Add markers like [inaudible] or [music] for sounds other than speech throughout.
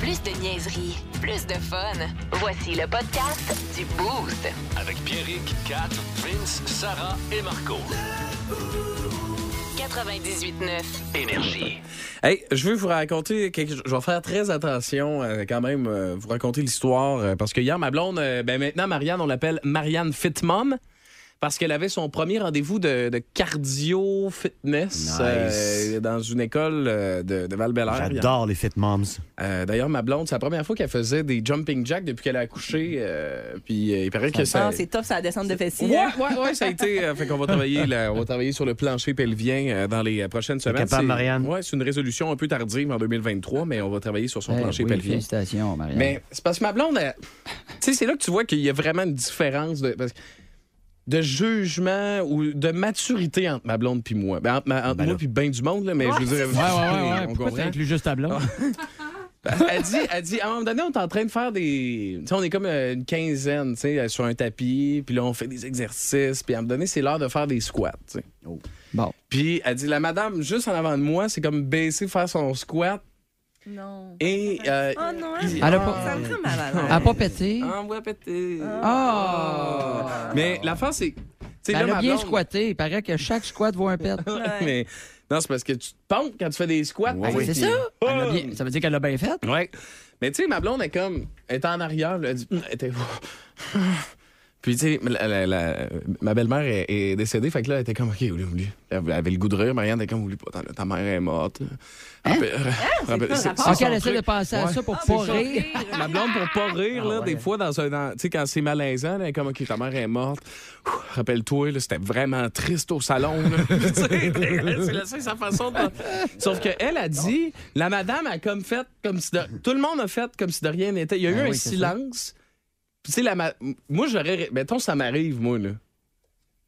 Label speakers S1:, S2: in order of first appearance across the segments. S1: Plus de niaiserie, plus de fun. Voici le podcast du Boost.
S2: Avec Pierrick, Kat, Vince, Sarah et Marco.
S1: 98.9.
S2: Énergie.
S3: Hey, je veux vous raconter quelque chose. Je vais faire très attention euh, quand même, euh, vous raconter l'histoire. euh, parce que hier, ma blonde, euh, ben maintenant, Marianne, on l'appelle Marianne Fitmom. Parce qu'elle avait son premier rendez-vous de, de cardio-fitness
S4: Nice.
S3: dans une école euh, de, de val
S4: J'adore les fit moms.
S3: Euh, D'ailleurs, ma blonde, c'est la première fois qu'elle faisait des jumping jacks depuis qu'elle a accouché. euh, puis euh, il paraît que ça.
S5: Ah, c'est tough, ça la descente de fessiers.
S3: Ouais,
S5: hein?
S3: ouais, ouais, ça a été. euh, fait qu'on va travailler, là, on va travailler sur le plancher pelvien euh, dans les euh, prochaines semaines.
S4: capable,
S3: C'est-
S4: Marianne?
S3: Ouais, c'est une résolution un peu tardive en 2023, mais on va travailler sur son
S6: Eh
S3: plancher
S6: oui,
S3: pelvien.
S6: Félicitations, Marianne.
S3: Mais c'est parce que ma blonde, elle- tu sais, c'est là que tu vois qu'il y a vraiment une différence de, parce que- de jugement ou de maturité entre ma blonde puis moi. Ben, entre ma- entre
S4: Ben
S3: moi
S4: là.
S3: puis ben du monde, là, mais je veux dire,
S6: Ouais, ouais, ouais.
S3: [laughs] on
S6: ouais. Pourquoi t'as
S3: comprend.
S6: inclus juste ta blonde?
S3: Elle dit, elle dit, à un moment donné, on est en train de faire des. Tu sais, on est comme euh, une quinzaine, tu sais, euh, sur un tapis, puis là, on fait des exercices, puis à un moment donné, c'est l'heure de faire des squats, tu sais.
S6: Bon.
S3: Puis elle dit, la madame, juste en avant de moi, c'est comme baisser, faire son squat,
S5: Non.
S3: et. euh,
S5: Oh non,
S3: il-
S6: Elle a
S3: Ah,
S6: pas-
S5: ça me rend mal à
S6: Elle [laughs]
S5: l'aise.
S6: a pas pété.
S3: Ah, ouais, pété.
S5: Oh.
S6: Ah.
S3: Mais la fin, c'est. tu sais, là,
S6: Elle a
S3: ma
S6: bien
S3: blonde-
S6: squatté. Il paraît que chaque squat vaut un
S3: [laughs]
S6: pet.
S5: Ouais.
S3: Mais non, c'est parce que tu te pompes quand tu fais des squats.
S6: Ben,
S3: Puis-
S6: C'est ça? Ah, Elle a bien- Ça veut dire qu'elle l'a bien fait?
S3: Ouais. Mais tu sais, ma blonde est comme. Elle était en arrière, là, elle dit. Hum, Elle était. [laughs] Puis, tu sais, la- la- la- ma belle-mère est, est décédée, fait que là, elle était comme, OK, oublie, oublie. Elle avait le goût de rire, Marianne était comme, oublie pas, ta, ta mère est morte. Rappelle- rappelle-
S5: Hein? quoi le
S3: c'est-
S5: rapport?
S3: c'est
S6: Ok,
S3: son
S6: elle essaie de
S3: truc.
S6: penser à
S3: Ouais.
S6: ça pour
S5: Ah,
S6: pas
S5: c'est
S6: rire.
S5: ça.
S3: Ma blonde, pour
S6: Ah
S3: pas rire, là, des fois, dans un. dans- Tu sais, quand c'est malaisant, là, elle est comme, OK, ta mère est morte. Ouh, Rappelle-toi, là, c'était vraiment triste au salon. là. [laughs] Tu sais, c'est la seule façon de. Sauf qu'elle a dit, la madame a comme fait, comme si. de- Tout le monde a fait comme si de rien n'était. Il y a eu
S6: Ah
S3: un
S6: oui, c'est ça.
S3: silence. Puis, tu sais, la ma- moi, j'aurais. Mettons, ça m'arrive, moi, là.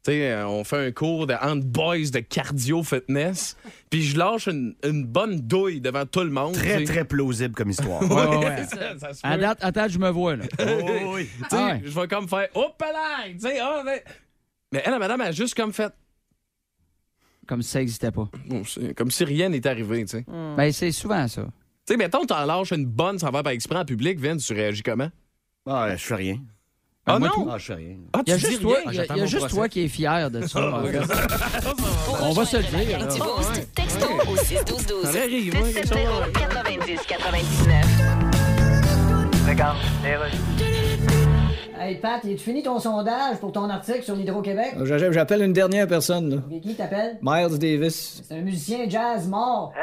S3: Tu sais, euh, on fait un cours de hand boys de cardio fitness, puis je lâche une, une bonne douille devant tout le monde.
S4: Très,
S3: tu sais.
S4: très plausible comme [laughs] histoire.
S3: [laughs]
S6: Ouais, ouais, ouais.
S3: Ça- ça se
S6: À
S3: peut.
S6: date, attends, je me vois, là.
S4: Oh, oui.
S3: Ah, Tu sais,
S6: Ah ouais.
S3: je vais comme faire Hop là! Tu sais, ah, ben- Mais elle, la madame, elle a juste comme fait.
S6: Comme si ça n'existait pas.
S3: Bon, c'est comme si rien n'était arrivé, tu sais. Tu
S6: Ben, c'est souvent ça.
S3: sais, mettons, t'en lâches une bonne sans faire par exprès en public, Vince, tu réagis comment?
S4: Ah, je fais rien.
S3: Ah
S6: moi,
S3: non!
S4: Ah, je fais rien.
S3: Ah,
S6: Il y a
S3: tu dis
S6: juste toi,
S3: rien?
S6: il y a-
S3: J'attends
S6: il y a
S3: mon
S6: juste
S3: procès.
S6: toi qui est fier de
S3: [laughs]
S6: ça. en fait.
S1: Pour
S6: On va se le
S1: rejoindre
S6: dire,
S1: la gang
S6: là.
S1: du Boost, texto au 6 12 12.
S3: Ah Ça arrive, ouais, quelque chose,
S1: 670 90 99.
S7: Hey Pat, tu fini ton sondage pour ton article sur l'Hydro-Québec?
S8: Euh, j'a- J'appelle une dernière personne, là.
S7: Et Qui t'appelle?
S8: Miles Davis.
S7: C'est un musicien jazz mort.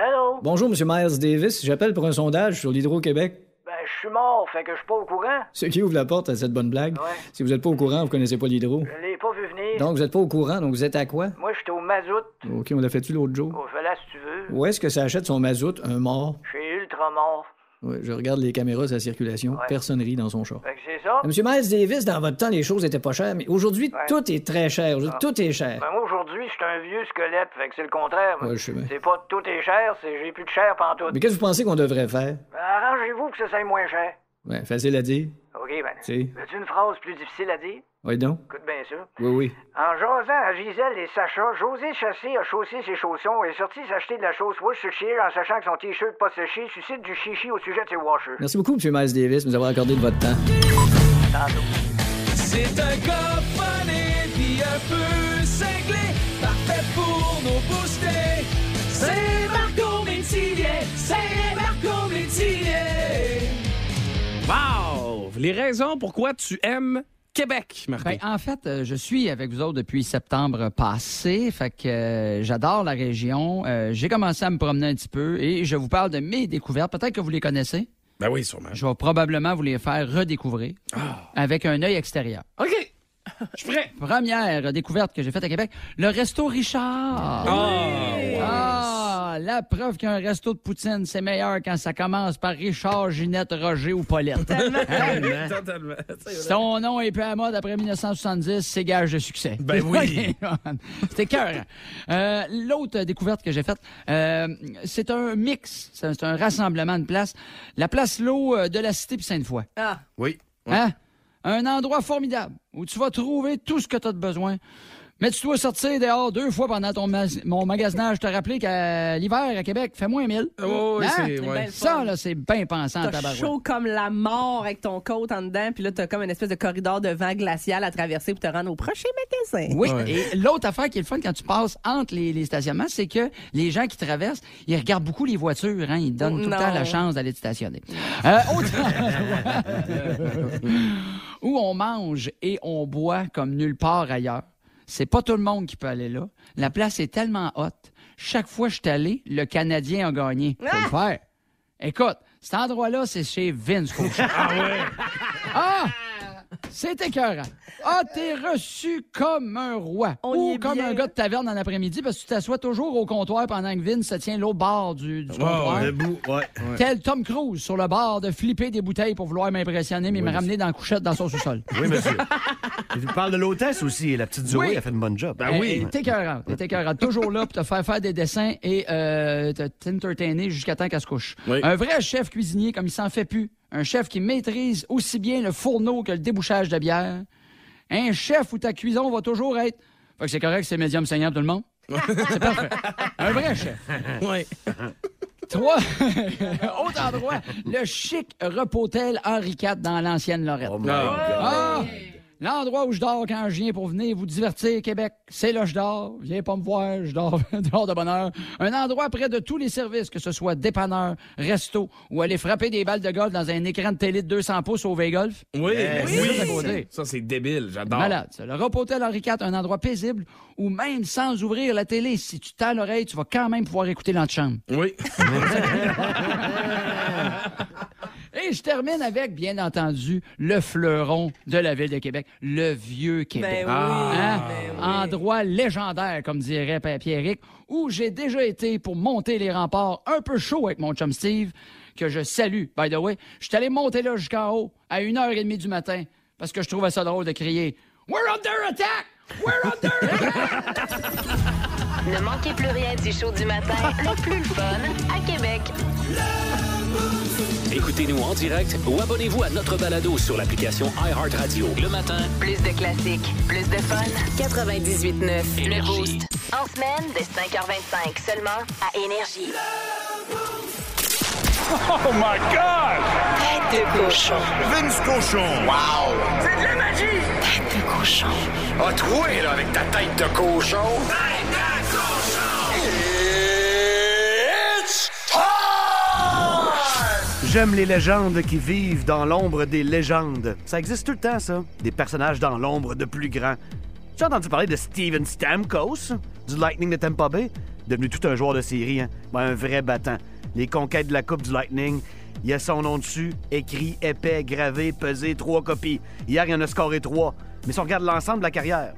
S8: Bonjour, Monsieur Miles Davis. J'appelle pour un sondage sur l'Hydro-Québec.
S7: Ben, je suis mort, fait que je suis pas au courant.
S8: Ceux qui ouvrent la porte à cette bonne blague. Si vous n'êtes pas au courant, vous connaissez pas l'Hydro.
S7: Je l'ai pas vu venir.
S8: Donc, vous n'êtes pas au courant, donc vous êtes à quoi?
S7: Moi, j'étais au Mazout.
S8: OK, on l'a fait-tu l'autre jour?
S7: Au Vela, si tu veux.
S8: Où est-ce que ça achète son mazout, un mort?
S7: Je suis ultra mort.
S8: Ouais, je regarde les caméras de sa circulation. Personne rit dans son char.
S7: Fait que c'est ça.
S8: Monsieur Miles Davis, dans votre temps, les choses étaient pas chères, mais aujourd'hui, tout est très cher. Aujourd'hui, Tout est cher.
S7: Ben, moi, aujourd'hui, je suis un vieux squelette, fait que c'est le contraire. moi.
S8: Ouais, je sais bien.
S7: C'est pas tout est cher, c'est j'ai plus de chair pantoute.
S8: Mais qu'est-ce que vous pensez qu'on devrait faire?
S7: Ben, arrangez-vous que ça soit moins cher.
S8: Ouais, facile à dire.
S7: OK, ben.
S8: Si.
S7: As-tu une phrase plus difficile à dire?
S8: Oui, donc.
S7: Écoute bien ça.
S8: Oui, oui.
S7: En jasant à Gisèle et Sacha, José Chassé a chaussé ses chaussons et est sorti s'acheter de la chausse Worcestershire en sachant que son t-shirt pas séché suscite du chichi au sujet de ses washers.
S8: Merci beaucoup, M. Miles Davis, de nous avoir accordé de votre temps.
S3: C'est un gars fun et puis un peu cinglé, parfait pour nos booster. C'est Marco Métivier, c'est Marco Métivier. Wow! Les raisons pourquoi tu aimes Québec, Marco.
S6: Ben, en fait, euh, je suis avec vous autres depuis septembre passé. Fait que euh, j'adore la région. Euh, J'ai commencé à me promener un petit peu et je vous parle de mes découvertes. Peut-être que vous les connaissez.
S3: Ben oui, sûrement.
S6: Je vais probablement vous les faire redécouvrir avec un œil extérieur.
S3: OK, je suis prêt.
S6: Première découverte que j'ai faite à Québec, le resto Richard. Ah, la preuve qu'un resto de poutine, c'est meilleur quand ça commence par Richard, Ginette, Roger ou Paulette. Hein?
S3: Totalement.
S6: Son nom est peu à mode après 1970, c'est gage de succès. [laughs]
S3: Ben oui.
S6: C'était cœur. L'autre découverte que j'ai faite, euh, c'est un mix, c'est un, c'est un rassemblement de places. La place L'eau euh, de la Cité puis Sainte-Foy.
S5: Ah,
S3: Oui.
S6: Hein? Un endroit formidable où tu vas trouver tout ce que tu as de besoin. Mais tu dois sortir dehors deux fois pendant ton mas- mon magasinage. Je te rappelais qu'à l'hiver à Québec, fais moins 1000.
S9: Oh, oui,
S6: Hein?
S9: c'est- ouais.
S5: belle
S6: Ça,
S5: forme.
S6: là, c'est bien pensant,
S5: T'as
S6: tabarouette.
S5: chaud comme la mort avec ton côte en dedans, puis là, t'as comme une espèce de corridor de vent glacial à traverser pour te rendre au prochain magasin.
S6: Oui,
S9: Ouais.
S6: et l'autre affaire qui est le fun quand tu passes entre les, les stationnements, c'est que les gens qui traversent, ils regardent beaucoup les voitures. Hein, ils donnent tout le
S5: Non.
S6: temps la chance d'aller te stationner. Euh, autre- [laughs] Où on mange et on boit comme nulle part ailleurs. C'est pas tout le monde qui peut aller là. La place est tellement haute. Chaque fois que je suis allé, le Canadien a gagné. Faut le faire. Écoute, cet endroit-là, c'est chez
S4: [laughs]
S6: Vince Cochon. Ah! C'est écœurant. Ah, t'es reçu comme un roi.
S5: On y
S6: ou
S5: est
S6: comme
S5: bien.
S6: un gars de taverne en après-midi parce que tu t'assois toujours au comptoir pendant que Vin se tient l'autre bord du, du comptoir.
S4: Debout, ouais.
S6: Tel Tom Cruise sur le bord de flipper des bouteilles pour vouloir m'impressionner mais me ramener dans la couchette dans son sous-sol.
S4: Oui, monsieur. Et tu parles de l'hôtesse aussi. La petite Zoé
S6: Oui.
S4: a fait une bonne job.
S6: Eh, eh, T'es écœurante. T'es écœurante. Toujours là pour te faire faire des dessins et euh, te- t'entertainer jusqu'à temps qu'elle se couche.
S9: Oui.
S6: Un vrai chef cuisinier comme il s'en fait plus. Un chef qui maîtrise aussi bien le fourneau que le débouchage de bière. Un chef où ta cuisson va toujours être... Fait que c'est correct, c'est médium saignant tout le monde. c'est parfait. Un vrai chef.
S9: Ouais.
S6: Trois, [laughs] autre endroit, le chic repotel Henri IV dans l'ancienne Lorette.
S4: Oh, my
S9: Ah.
S4: God.
S6: Ah! L'endroit où je dors quand je viens pour venir vous divertir, Québec, c'est là que je dors. Viens pas me voir, je dors, [laughs] dors de bonne heure. Un endroit près de tous les services, que ce soit dépanneur, resto ou aller frapper des balles de golf dans un écran de télé de 200 pouces au V-Golf.
S9: Oui,
S6: Oui, c'est à côté.
S9: Ça, c'est débile, j'adore.
S6: Malade. ça. Le Repotel Henri IV, un endroit paisible où même sans ouvrir la télé, si tu tends l'oreille, tu vas quand même pouvoir écouter l'antichambre.
S9: Oui.
S6: Et je termine avec, bien entendu, le fleuron de la ville de Québec, le vieux Québec.
S5: Ben oui,
S6: Hein?
S5: ben oui.
S6: Endroit légendaire, comme dirait Père Pierrick, où j'ai déjà été pour monter les remparts un peu chaud avec mon chum Steve, que je salue, by the way. Je suis allé monter là jusqu'en haut à 1h30 du matin parce que je trouvais ça drôle de crier « We're under attack! We're under
S8: [laughs]
S6: attack! »
S1: Ne manquez plus rien du show du
S3: [laughs]
S1: matin, le plus le fun à Québec.
S2: Écoutez-nous en direct ou abonnez-vous à notre balado sur l'application iHeartRadio. Le matin,
S1: Plus de classiques, plus de fun. 98.9, le
S2: Énergie.
S1: Boost. En semaine, dès 5h25, seulement à Énergie. Oh my God! Tête de cochon.
S10: A troué, Ah, là, avec ta tête de cochon. Tête de cochon! It's time!
S4: J'aime les légendes qui vivent dans l'ombre des légendes. Ça existe tout le temps, ça. Des personnages dans l'ombre de plus grands. Tu as entendu parler de Steven Stamkos, du Lightning de Tampa Bay, devenu tout un joueur de série, hein? Ben, un vrai battant. Les conquêtes de la Coupe du Lightning, il y a son nom dessus, écrit, épais, gravé, pesé, trois copies. Hier, il en a scoré trois. Mais si on regarde l'ensemble de la carrière,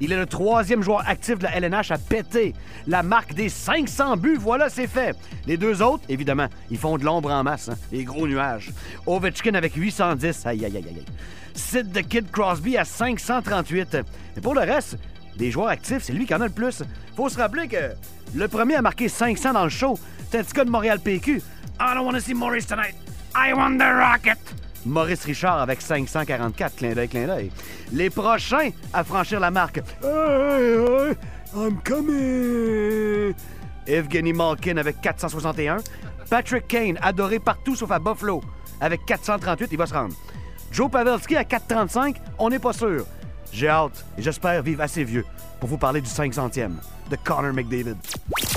S4: il est le troisième joueur actif de la LNH à péter la marque des 500 buts. Voilà, c'est fait. Les deux autres, évidemment, ils font de l'ombre en masse, hein, les gros nuages. Ovechkin avec 810. Aïe, aïe, aïe, aïe. Sid de Kid Crosby à 538. Mais pour le reste, des joueurs actifs, c'est lui qui en a le plus. Faut se rappeler que le premier a marqué 500 dans le show. C'est un petit gars de Montréal PQ. I don't want to see Maurice tonight. I want the Rocket. Maurice Richard avec 544, clin d'œil, clin d'œil. Les prochains à franchir la marque. Hey, hey, I'm coming! Evgeny Malkin avec 461. Patrick Kane, adoré partout sauf à Buffalo, avec 438, il va se rendre. Joe Pavelski à 435, on n'est pas sûr. J'ai hâte et j'espère vivre assez vieux pour vous parler du 500e de Connor McDavid.
S1: Tête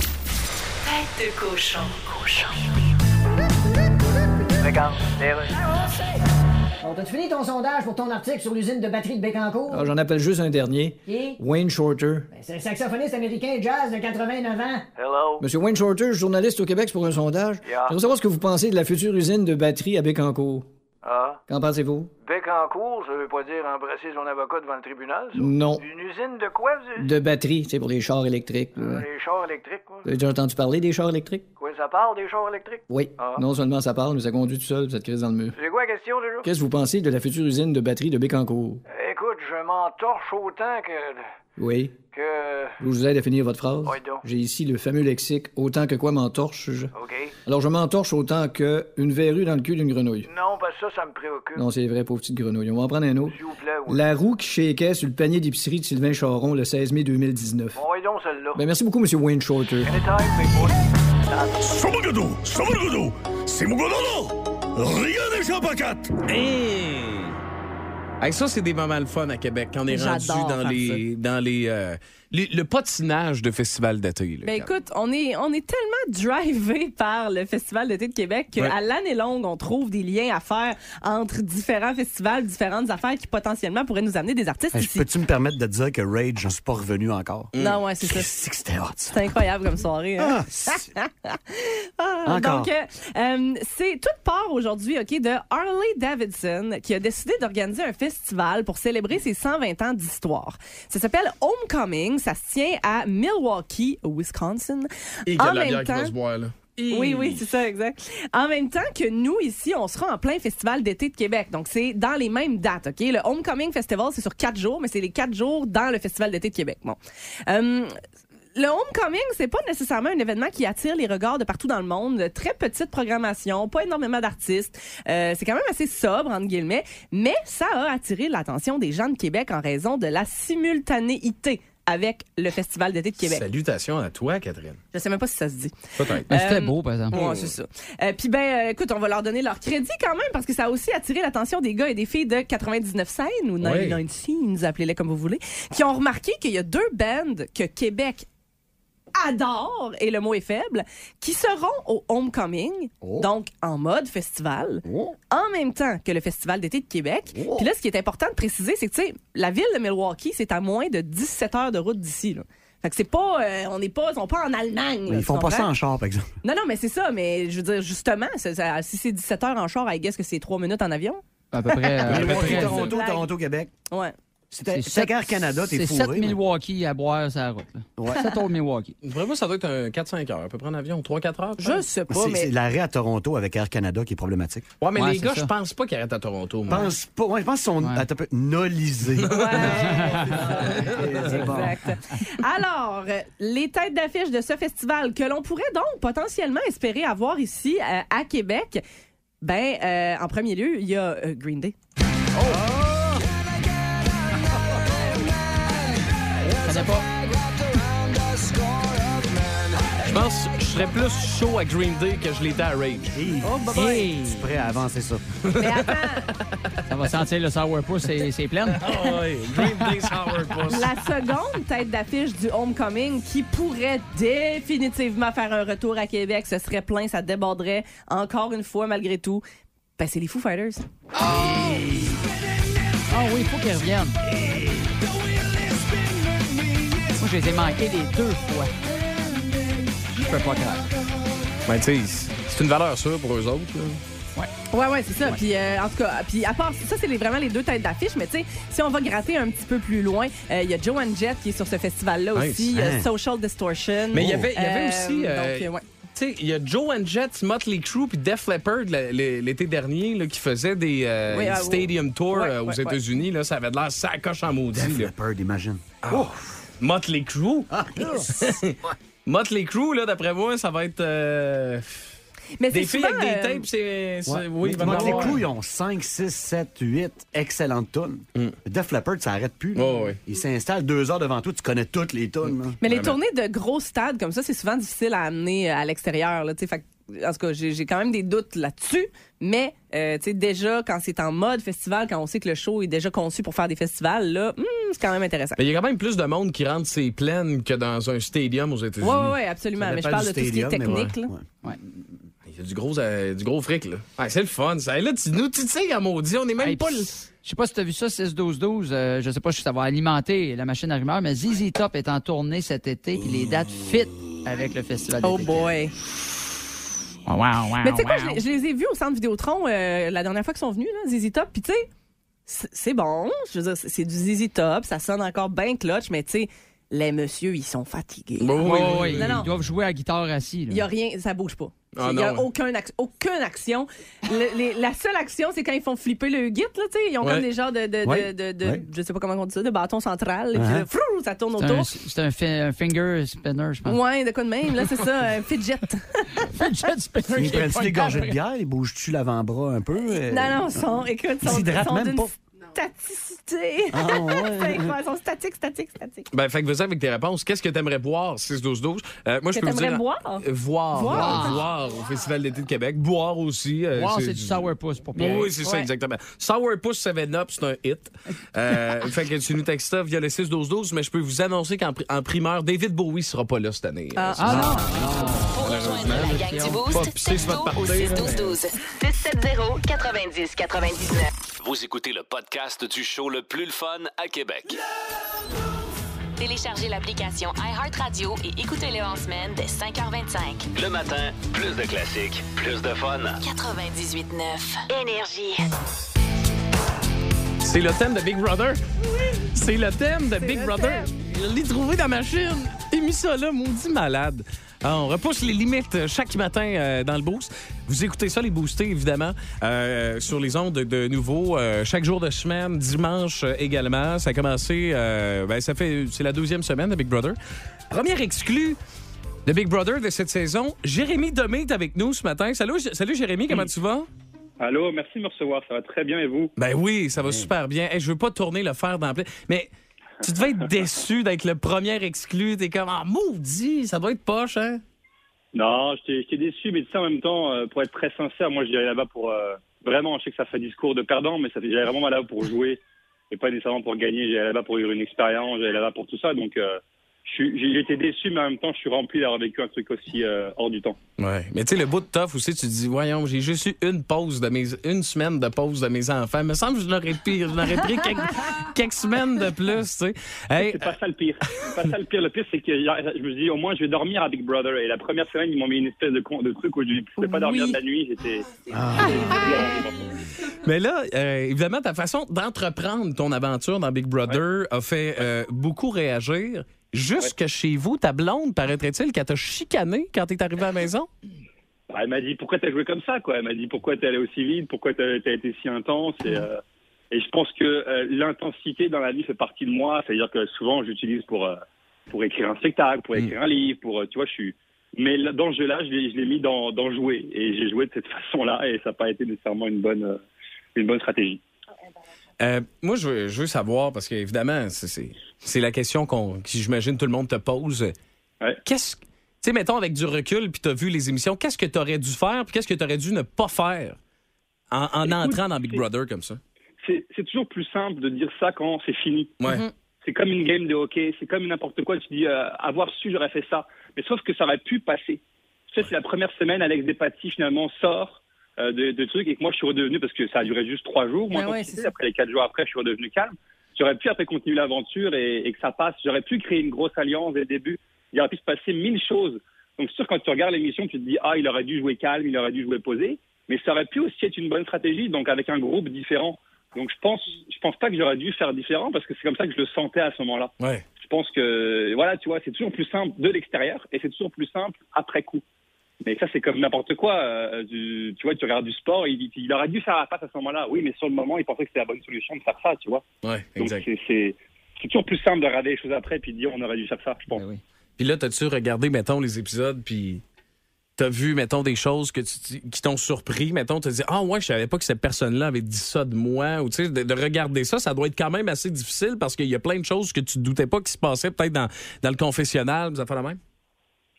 S1: de cochon.
S10: Bon, t'as-tu fini ton sondage pour ton article sur l'usine de batterie de Bécancourt?
S8: Ah, J'en appelle juste un dernier.
S10: Qui?
S8: Wayne Shorter.
S10: C'est un saxophoniste américain jazz de 89 ans.
S8: Monsieur Wayne Shorter, journaliste au Québec c'est pour un sondage. Je veux savoir ce que vous pensez de la future usine de batterie à Bécancourt.
S7: Ah.
S8: Qu'en pensez-vous?
S7: Bec en cours, ça veut pas dire embrasser son avocat devant le tribunal, ça?
S8: Non.
S7: Une usine de quoi, vous dites?
S8: De batterie, c'est pour les chars électriques. là.
S7: Les chars électriques, quoi.
S8: Vous avez déjà entendu parler des chars électriques?
S7: Quoi, ça parle des chars électriques?
S8: Oui.
S7: Ah.
S8: Non seulement ça parle, mais ça conduit tout seul, puis ça te crise dans le mur.
S7: C'est quoi la question, Euh, déjà?
S8: Qu'est-ce que vous pensez de la future usine de batterie de Bécancourt?
S7: Écoute, je m'entorche autant que...
S8: Oui.
S7: Que.
S8: Je vous aide à finir votre phrase.
S7: Ouais, donc. Ah.
S8: J'ai ici le fameux lexique autant que quoi m'entorche. Je...
S7: OK.
S8: Alors je m'entorche autant que une verrue dans le cul d'une grenouille.
S7: Non, parce que ça, ça me préoccupe.
S8: Non, c'est vrai, pauvre petite grenouille. On va en prendre un autre.
S7: S'il vous plaît, oui.
S8: La roue qui shakeait sur le panier d'épicerie de Sylvain Charon le 16 mai 2019.
S7: Bon, ouais, donc, celle-là.
S8: Ben, merci beaucoup, Monsieur Wayne Shorter.
S7: Détail, mais bon.
S3: Hey, ça, c'est des moments le fun à Québec quand on est rendu
S5: J'adore
S3: dans
S5: faire
S3: les, dans les, euh, les- le patinage de festival d'été. là,
S5: Ben
S3: quand-
S5: écoute, on est, on est tellement drivé par le Festival d'été de Québec qu'à
S3: Ouais.
S5: l'année longue, on trouve des liens à faire entre différents festivals, différentes affaires qui potentiellement pourraient nous amener des artistes
S4: Hey, je-
S5: ici.
S4: Peux-tu me permettre de dire que Rage, j'en suis pas revenu encore?
S5: Non, ouais, Mm. c'est ça.
S4: C'est que c'était hot, ça. Ah,
S5: C'est incroyable comme soirée. hein. Ah,
S4: Encore.
S5: Donc, euh, euh, c'est toute part aujourd'hui, OK, de Harley Davidson qui a décidé d'organiser un festival pour célébrer ses 120 ans d'histoire. Ça s'appelle Homecoming. Ça se tient à Milwaukee, au Wisconsin.
S3: Et qu'il y a de la bière qui va se boire, là.
S5: Oui, oui, c'est ça, exact. En même temps que nous, ici, on sera en plein festival d'été de Québec. Donc, c'est dans les mêmes dates, OK? Le Homecoming Festival, c'est sur quatre jours, mais c'est les quatre jours dans le festival d'été de Québec. Bon. Euh, le homecoming, c'est pas nécessairement un événement qui attire les regards de partout dans le monde. Très petite programmation, pas énormément d'artistes. Euh, c'est quand même assez sobre, entre guillemets, mais ça a attiré l'attention des gens de Québec en raison de la simultanéité avec le Festival d'été de Québec.
S3: Salutations à toi, Catherine.
S5: Je sais même pas si ça se dit.
S3: Peut-être.
S6: Mais c'était
S5: Euh,
S6: beau, par
S4: Hein?
S6: exemple.
S5: Ouais, c'est ça. Euh, Puis ben, euh, écoute, on va leur donner leur crédit quand même parce que ça a aussi attiré l'attention des gars et des filles de 99 scènes ou 99 scenes, appelez-les comme vous voulez, qui ont remarqué qu'il y a deux bands que Québec adore et le mot est faible, qui seront au Homecoming,
S4: Oh.
S5: donc en mode festival, en même temps que le festival d'été de Québec.
S4: Oh.
S5: Puis là, ce qui est important de préciser, c'est que tu sais, la ville de Milwaukee, c'est à moins de 17 heures de route d'ici. là. Fait que c'est pas, euh, on n'est pas, ils sont pas en Allemagne. là,
S4: Ils
S5: tu
S4: font pas ça
S5: comprends?
S4: en char, par exemple.
S5: Non, non, mais c'est ça. Mais je veux dire, justement, ça- ça- si c'est 17 heures en char, I guess que c'est 3 minutes en avion.
S6: À peu près. euh, à peu
S4: Milwaukee,
S6: près.
S4: Toronto,
S5: blague.
S4: Toronto, Québec.
S5: Ouais.
S4: C'était
S6: sept-
S4: 5 heures Canada, t'es
S6: C'est 7
S4: fourré. mais-
S6: Milwaukee à boire sur la route. là. Sept autres Milwaukee.
S3: Vraiment, ça doit être un 4-5 heures. On peut prendre un avion 3-4 heures.
S5: Je sais pas,
S4: C'est
S5: mais.
S4: c'est l'arrêt à Toronto avec Air Canada qui est problématique.
S3: Ouais, mais
S6: Ouais,
S3: les
S6: c'est
S3: gars,
S6: ça.
S3: je pense pas qu'ils arrêtent à Toronto.
S4: Je
S3: Moi.
S4: pense pas. Ouais, je pense qu'ils sont
S6: Ouais.
S4: attends un peu, nolisés. [laughs] C'est bon.
S5: Exact. Alors, euh, les têtes d'affiche de ce festival que l'on pourrait donc potentiellement espérer avoir ici euh, à Québec, ben, euh, en premier lieu, il y a euh, Green Day.
S3: Je pense que je serais plus chaud à Green Day que je l'étais à Rage.
S4: Hey,
S6: Hey,
S4: Je suis prêt à avancer ça.
S5: Mais attends,
S6: ça va sentir le sourpuss, c'est c'est plein.
S3: Green Day Sourpuss.
S5: la
S4: [laughs]
S5: seconde tête d'affiche du Homecoming qui pourrait définitivement faire un retour à Québec, ce serait plein, ça déborderait encore une fois malgré tout. Ben, c'est les Foo Fighters.
S6: Ah oui, il faut qu'ils reviennent. Moi, je les ai manqués les deux fois. Je peux pas croire.
S3: Ben, tu sais, c'est une valeur sûre pour eux autres. là.
S5: Ouais, ouais, c'est ça. Puis euh, en tout cas, puis à part ça, c'est les- vraiment les deux têtes d'affiche. Mais tu sais, si on va gratter un petit peu plus loin, euh, il y a Joan Jett qui est sur ce festival-là
S3: Nice.
S5: aussi. Il y a
S4: Hein.
S5: Social Distortion.
S3: Mais il y avait, il y avait aussi.
S5: Euh,
S3: euh,
S5: donc, euh, ouais.
S3: Tu sais, il y a Joe and Jett, Motley Crue puis Def Leppard la- l- l'été dernier là, qui faisaient des euh,
S5: Oui, ah, oui.
S3: stadium tours
S5: Ouais,
S3: euh, aux
S5: ouais, ouais.
S3: États-Unis. Là, ça avait de l'air sacoche en maudit. là.
S4: Def Leppard, imagine. Ah,
S3: Motley Crue. Motley Crue, là, d'après moi, ça va être euh,
S5: Mais
S3: des
S5: c'est
S3: filles avec
S5: souvent,
S3: des
S5: euh,
S3: tapes. C'est, c'est- oui, ben, il va en
S4: Motley
S3: avoir.
S4: Crue, ils ont 5, 6, 7, 8 excellentes tonnes. Def Leppard, ça arrête plus. là.
S3: Ouais, ouais.
S4: Il s'installe deux heures devant toi, tu connais toutes les tonnes.
S5: Mais les tournées de gros stades comme ça, c'est souvent difficile à amener euh, à l'extérieur. là, tu sais. Fait que, En tout cas, j'ai j'ai quand même des doutes là-dessus. Mais euh, tu sais, déjà, quand c'est en mode festival, quand on sait que le show est déjà conçu pour faire des festivals, là, hmm, c'est quand même intéressant.
S3: Mais il y a quand même plus de monde qui rentre ses plaines que dans un stadium aux
S5: Oui,
S3: États-Unis.
S5: oui, ouais, absolument. Mais je parle de tout ce qui est technique. là.
S3: Il y a du gros, euh, du gros fric, là. Ah, c'est le fun, ça. Et là, tu nous titilles à maudit. On est même
S6: Hey,
S3: pas
S6: pis,
S3: le.
S6: Je sais pas si t'as vu ça, 6-12-12. euh, je sais pas si ça va alimenter la machine à rumeurs, mais ZZ Top est en tournée cet été, puis les dates fit avec le festival
S5: Oh
S6: d'été.
S5: boy.
S6: Wow, wow,
S5: Mais tu sais quoi, je, les- je les ai vus au centre Vidéotron euh, la dernière fois qu'ils sont venus, là, ZZ Top. Puis tu sais, c'est- c'est bon. Je veux dire, c'est- c'est du ZZ Top. Ça sonne encore bien clutch, mais tu sais, les messieurs, ils sont fatigués.
S3: Bon,
S6: Oui, oui, oui,
S5: Non, non.
S6: Ils doivent jouer à guitare assis. là.
S5: Il y a rien, ça bouge pas. Il n'y a aucun ac- aucune action. Le- les- la seule action, c'est quand ils font flipper le Git. Là, tu sais. ils ont
S3: Ouais.
S5: comme des genres de, de, de,
S4: Ouais.
S5: de- de-
S4: Ouais.
S5: je sais pas comment on dit ça, de bâton central. Et puis
S4: Uh-huh.
S5: là, frou, ça tourne
S6: C'est un,
S5: autour.
S6: c'est un fi- un finger spinner, je pense.
S5: Ouais, de quoi de même, là, c'est ça, un fidget.
S6: Fidget spinner,
S4: Ils
S6: j'ai
S4: prennent
S6: pas
S4: les
S6: le temps.
S4: gorgées de bière, ils bougent-tu l'avant-bras un peu? euh?
S5: Non, non, son, écoute,
S4: Ils
S5: son,
S4: s'hydratent
S5: sont
S4: même
S5: d'une
S4: pas.
S5: staticité.
S4: Ah,
S5: [laughs]
S4: ouais.
S5: C'est quoi, son statique, statique, statique.
S3: Ben, fait que vas-y avec tes réponses. Qu'est-ce que t'aimerais boire, 6-12-12? Euh, moi, je
S5: Que
S3: peux vous
S5: t'aimerais
S3: dire...
S5: boire?
S3: Euh, Voir.
S5: Voir.
S3: Voir. au Festival d'été de Québec. Boire aussi. euh,
S6: Wow, c'est du sourpuss pour Pierre.
S3: Ben Oui, c'est ça,
S5: Ouais.
S3: exactement. Sourpuss 7-Up, c'est un hit. Euh, fait que tu nous textes ça via le 6-12-12, mais je peux vous annoncer qu'en pri- en primeur, David Bowie sera pas là cette année.
S5: Ah.
S3: Euh,
S6: Ah non!
S1: Pour rejoindre la gang du
S3: Pas
S1: Boost,
S3: pisser sur
S1: texto
S3: votre
S1: au
S3: party, là,
S1: 612-12. 670 90 99.
S2: [laughs] Vous écoutez le podcast du show le plus le fun à Québec.
S1: Téléchargez l'application iHeartRadio et écoutez-le en semaine dès 5h25.
S2: Le matin, plus de classiques, plus de fun.
S1: 98.9. Énergie.
S3: C'est le thème de Big Brother. C'est le thème de Big Brother. Je l'ai trouvé dans ma chaîne. J'ai mis ça là, maudit malade. Ah, on repousse les limites euh, chaque matin euh, dans le boost. Vous écoutez ça, les boostés, évidemment, euh, sur les ondes de, de nouveau, euh, chaque jour de semaine, dimanche euh, également. Ça a commencé, euh, ben, ça fait, c'est la deuxième semaine de Big Brother. Première exclue de Big Brother de cette saison, Jérémy Domé est avec nous ce matin. Salut, J- salut Jérémy, comment tu vas?
S9: Allô, merci de me recevoir. Ça va très bien et vous?
S3: Ben oui, ça va super bien. Hey, je veux pas tourner le fer dans la plaie. Mais tu devais être déçu d'être le premier exclu. T'es comme, ah, maudit, ça doit être poche, hein?
S9: Non, j'étais j'étais déçu, mais tu sais, en même temps, euh, pour être très sincère, moi, je dirais là-bas pour. euh, vraiment, je sais que ça fait discours de perdant, mais ça fait j'allais vraiment là-bas pour jouer et pas nécessairement pour gagner. J'allais là-bas pour vivre une expérience, j'allais là-bas pour tout ça. Donc, euh, je suis- j'ai j'ai été déçu, mais en même temps, je suis rempli d'avoir vécu un truc aussi euh, hors du temps.
S3: Ouais. Mais tu sais, le bout de toffe aussi, tu te dis, voyons, j'ai juste eu une pause de mes, une semaine de pause de mes enfants. Il me semble que je l'aurais pris, je l'aurais pris [laughs] quelques, quelques semaines de plus, tu sais. Hey,
S9: C'est pas ça le pire. C'est pas ça le pire. Le pire, c'est que je me dis, au moins, je vais dormir avec Brother. Et la première semaine, ils m'ont mis une espèce de, con- de truc où je ne pouvais pas dormir
S5: Oui.
S9: de la nuit. J'étais.
S3: Mais là, euh, évidemment, ta façon d'entreprendre ton aventure dans Big Brother a fait euh, beaucoup réagir. Jusque chez vous, ta blonde, paraîtrait-il, qu'elle t'a chicané quand t'es arrivé à la maison?
S9: Bah, elle m'a dit pourquoi t'as joué comme ça quoi. Elle m'a dit pourquoi t'es allé aussi vite, pourquoi t'as t'as été si intense. Et, euh, et je pense que euh, l'intensité dans la vie fait partie de moi. C'est-à-dire que souvent j'utilise pour euh, pour écrire un spectacle, pour écrire un livre, pour euh, tu vois je suis. Mais là, dans ce jeu-là, je l'ai je l'ai mis dans, dans jouer et j'ai joué de cette façon-là et ça n'a pas été nécessairement une bonne euh, une bonne stratégie.
S3: Euh, moi, je veux, je veux savoir, parce qu'évidemment, c'est- c'est c'est la question qu'on, que j'imagine tout le monde te pose.
S9: Ouais.
S3: Qu'est-ce. Tu sais, mettons avec du recul, puis t'as vu les émissions, qu'est-ce que t'aurais dû faire, puis qu'est-ce que t'aurais dû ne pas faire en, en
S9: Écoute,
S3: entrant dans Big
S9: c'est-
S3: Brother comme ça?
S9: C'est c'est toujours plus simple de dire ça quand c'est fini.
S3: Ouais.
S9: C'est comme une game de hockey, c'est comme n'importe quoi. Tu dis, euh, avoir su, j'aurais fait ça. Mais sauf que ça aurait pu passer. Tu sais, c'est la première semaine, Alex Despatie, finalement, sort euh, de, de trucs et que moi, je suis redevenu, parce que ça a duré juste trois jours. Moi,
S5: Ah
S9: en tant
S5: ouais,
S9: que
S5: c'est
S9: cité,
S5: ça.
S9: après les quatre jours après, je suis redevenu calme. J'aurais pu après continuer l'aventure et, et que ça passe. J'aurais pu créer une grosse alliance dès le début. Il aurait pu se passer mille choses. Donc, c'est sûr, quand tu regardes l'émission, tu te dis, ah, il aurait dû jouer calme, il aurait dû jouer posé. Mais ça aurait pu aussi être une bonne stratégie, donc avec un groupe différent. Donc, je pense, je pense pas que j'aurais dû faire différent parce que c'est comme ça que je le sentais à ce moment-là
S3: Ouais.
S9: je pense que voilà, tu vois, c'est toujours plus simple de l'extérieur et c'est toujours plus simple après coup. Mais ça, c'est comme n'importe quoi. euh, du- tu vois, tu regardes du sport, il, il aurait dû faire la passe à ce moment-là. Oui, mais sur le moment, il pensait que c'était la bonne solution de faire ça, tu vois.
S3: Ouais,
S9: Donc,
S3: exact.
S9: c'est- c'est c'est toujours plus simple de regarder les choses après et puis de dire on aurait dû faire ça, je pense.
S6: Ben oui.
S3: Puis là, t'as-tu regardé, mettons, les épisodes, puis t'as vu, mettons, des choses que tu- qui t'ont surpris, mettons, t'as dit, ah ouais, je savais pas que cette personne-là avait dit ça de moi, ou tu sais, de, de regarder ça, ça doit être quand même assez difficile parce qu'il y a plein de choses que tu te doutais pas qui se passaient peut-être dans, dans le confessionnal, ça fait la même?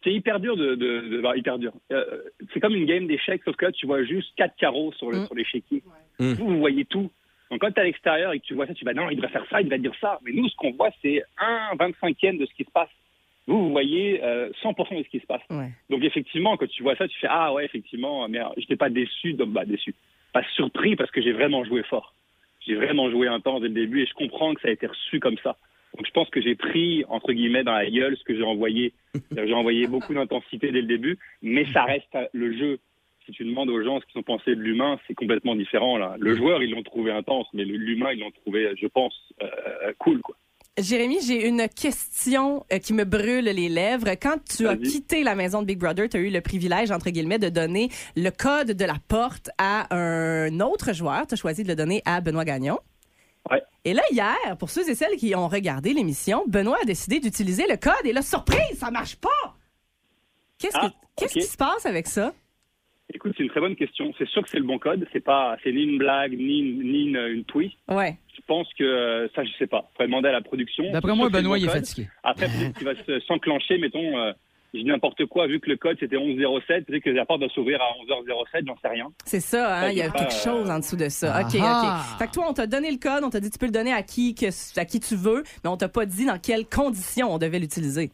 S9: C'est hyper dur de, de- de- bah, hyper dur. Euh, c'est comme une game d'échecs, sauf que là, tu vois juste quatre carreaux sur le sur l'échiquier.
S3: Mm.
S9: Vous, vous voyez tout. Donc quand t'es à l'extérieur et que tu vois ça, tu vas non, il devrait faire ça, il devrait dire ça. Mais nous, ce qu'on voit, c'est un 25e de ce qui se passe. Vous, vous voyez euh, 100% de ce qui se passe.
S5: Ouais.
S9: Donc effectivement, quand tu vois ça, tu fais ah ouais, effectivement, mais alors, j'étais pas déçu, donc bah déçu, pas surpris parce que j'ai vraiment joué fort. J'ai vraiment joué intense dès le début et je comprends que ça a été reçu comme ça. Donc je pense que j'ai pris entre guillemets dans la gueule ce que j'ai envoyé. C'est-à-dire que J'ai envoyé beaucoup d'intensité dès le début, mais ça reste euh, le jeu. Si tu demandes aux gens ce qu'ils ont pensé de l'humain, c'est complètement différent là. Le joueur, ils l'ont trouvé intense, mais le- l'humain, ils l'ont trouvé, je pense, euh, cool quoi.
S5: Jérémy, j'ai une question euh, qui me brûle les lèvres. Quand tu as quitté la maison de Big Brother, tu as eu le privilège, entre guillemets, de donner le code de la porte à un autre joueur. Tu as choisi de le donner à Benoît Gagnon.
S9: Ouais.
S5: Et là, hier, pour ceux et celles qui ont regardé l'émission, Benoît a décidé d'utiliser le code et là, surprise, ça marche pas! Qu'est-ce que-
S9: Ah,
S5: qu'est-ce
S9: ok.
S5: qui se passe avec ça?
S9: Écoute, c'est une très bonne question. C'est sûr que c'est le bon code. C'est pas, c'est ni une blague, ni une, ni une, une twist.
S5: Ouais.
S9: Je pense que euh, ça, je sais pas. Faudrait demander à la production.
S6: D'après
S9: C'est
S6: moi,
S9: sûr que c'est le
S6: Benoît,
S9: bon
S6: il est
S9: code.
S6: fatigué.
S9: Après, peut-être qu'il va se- s'enclencher, mettons, euh, je dis n'importe quoi, vu que le code c'était 1107, peut-être que la porte va s'ouvrir à 11h07, j'en sais rien.
S5: C'est ça, hein,
S9: Ouais,
S5: il y a
S9: j'ai pas,
S5: quelque
S9: euh,
S5: chose en dessous de ça. OK,
S6: Ah.
S5: OK. Fait que toi, on t'a donné le code, on t'a dit tu peux le donner à qui, que, à qui tu veux, mais on t'a pas dit dans quelles conditions on devait l'utiliser.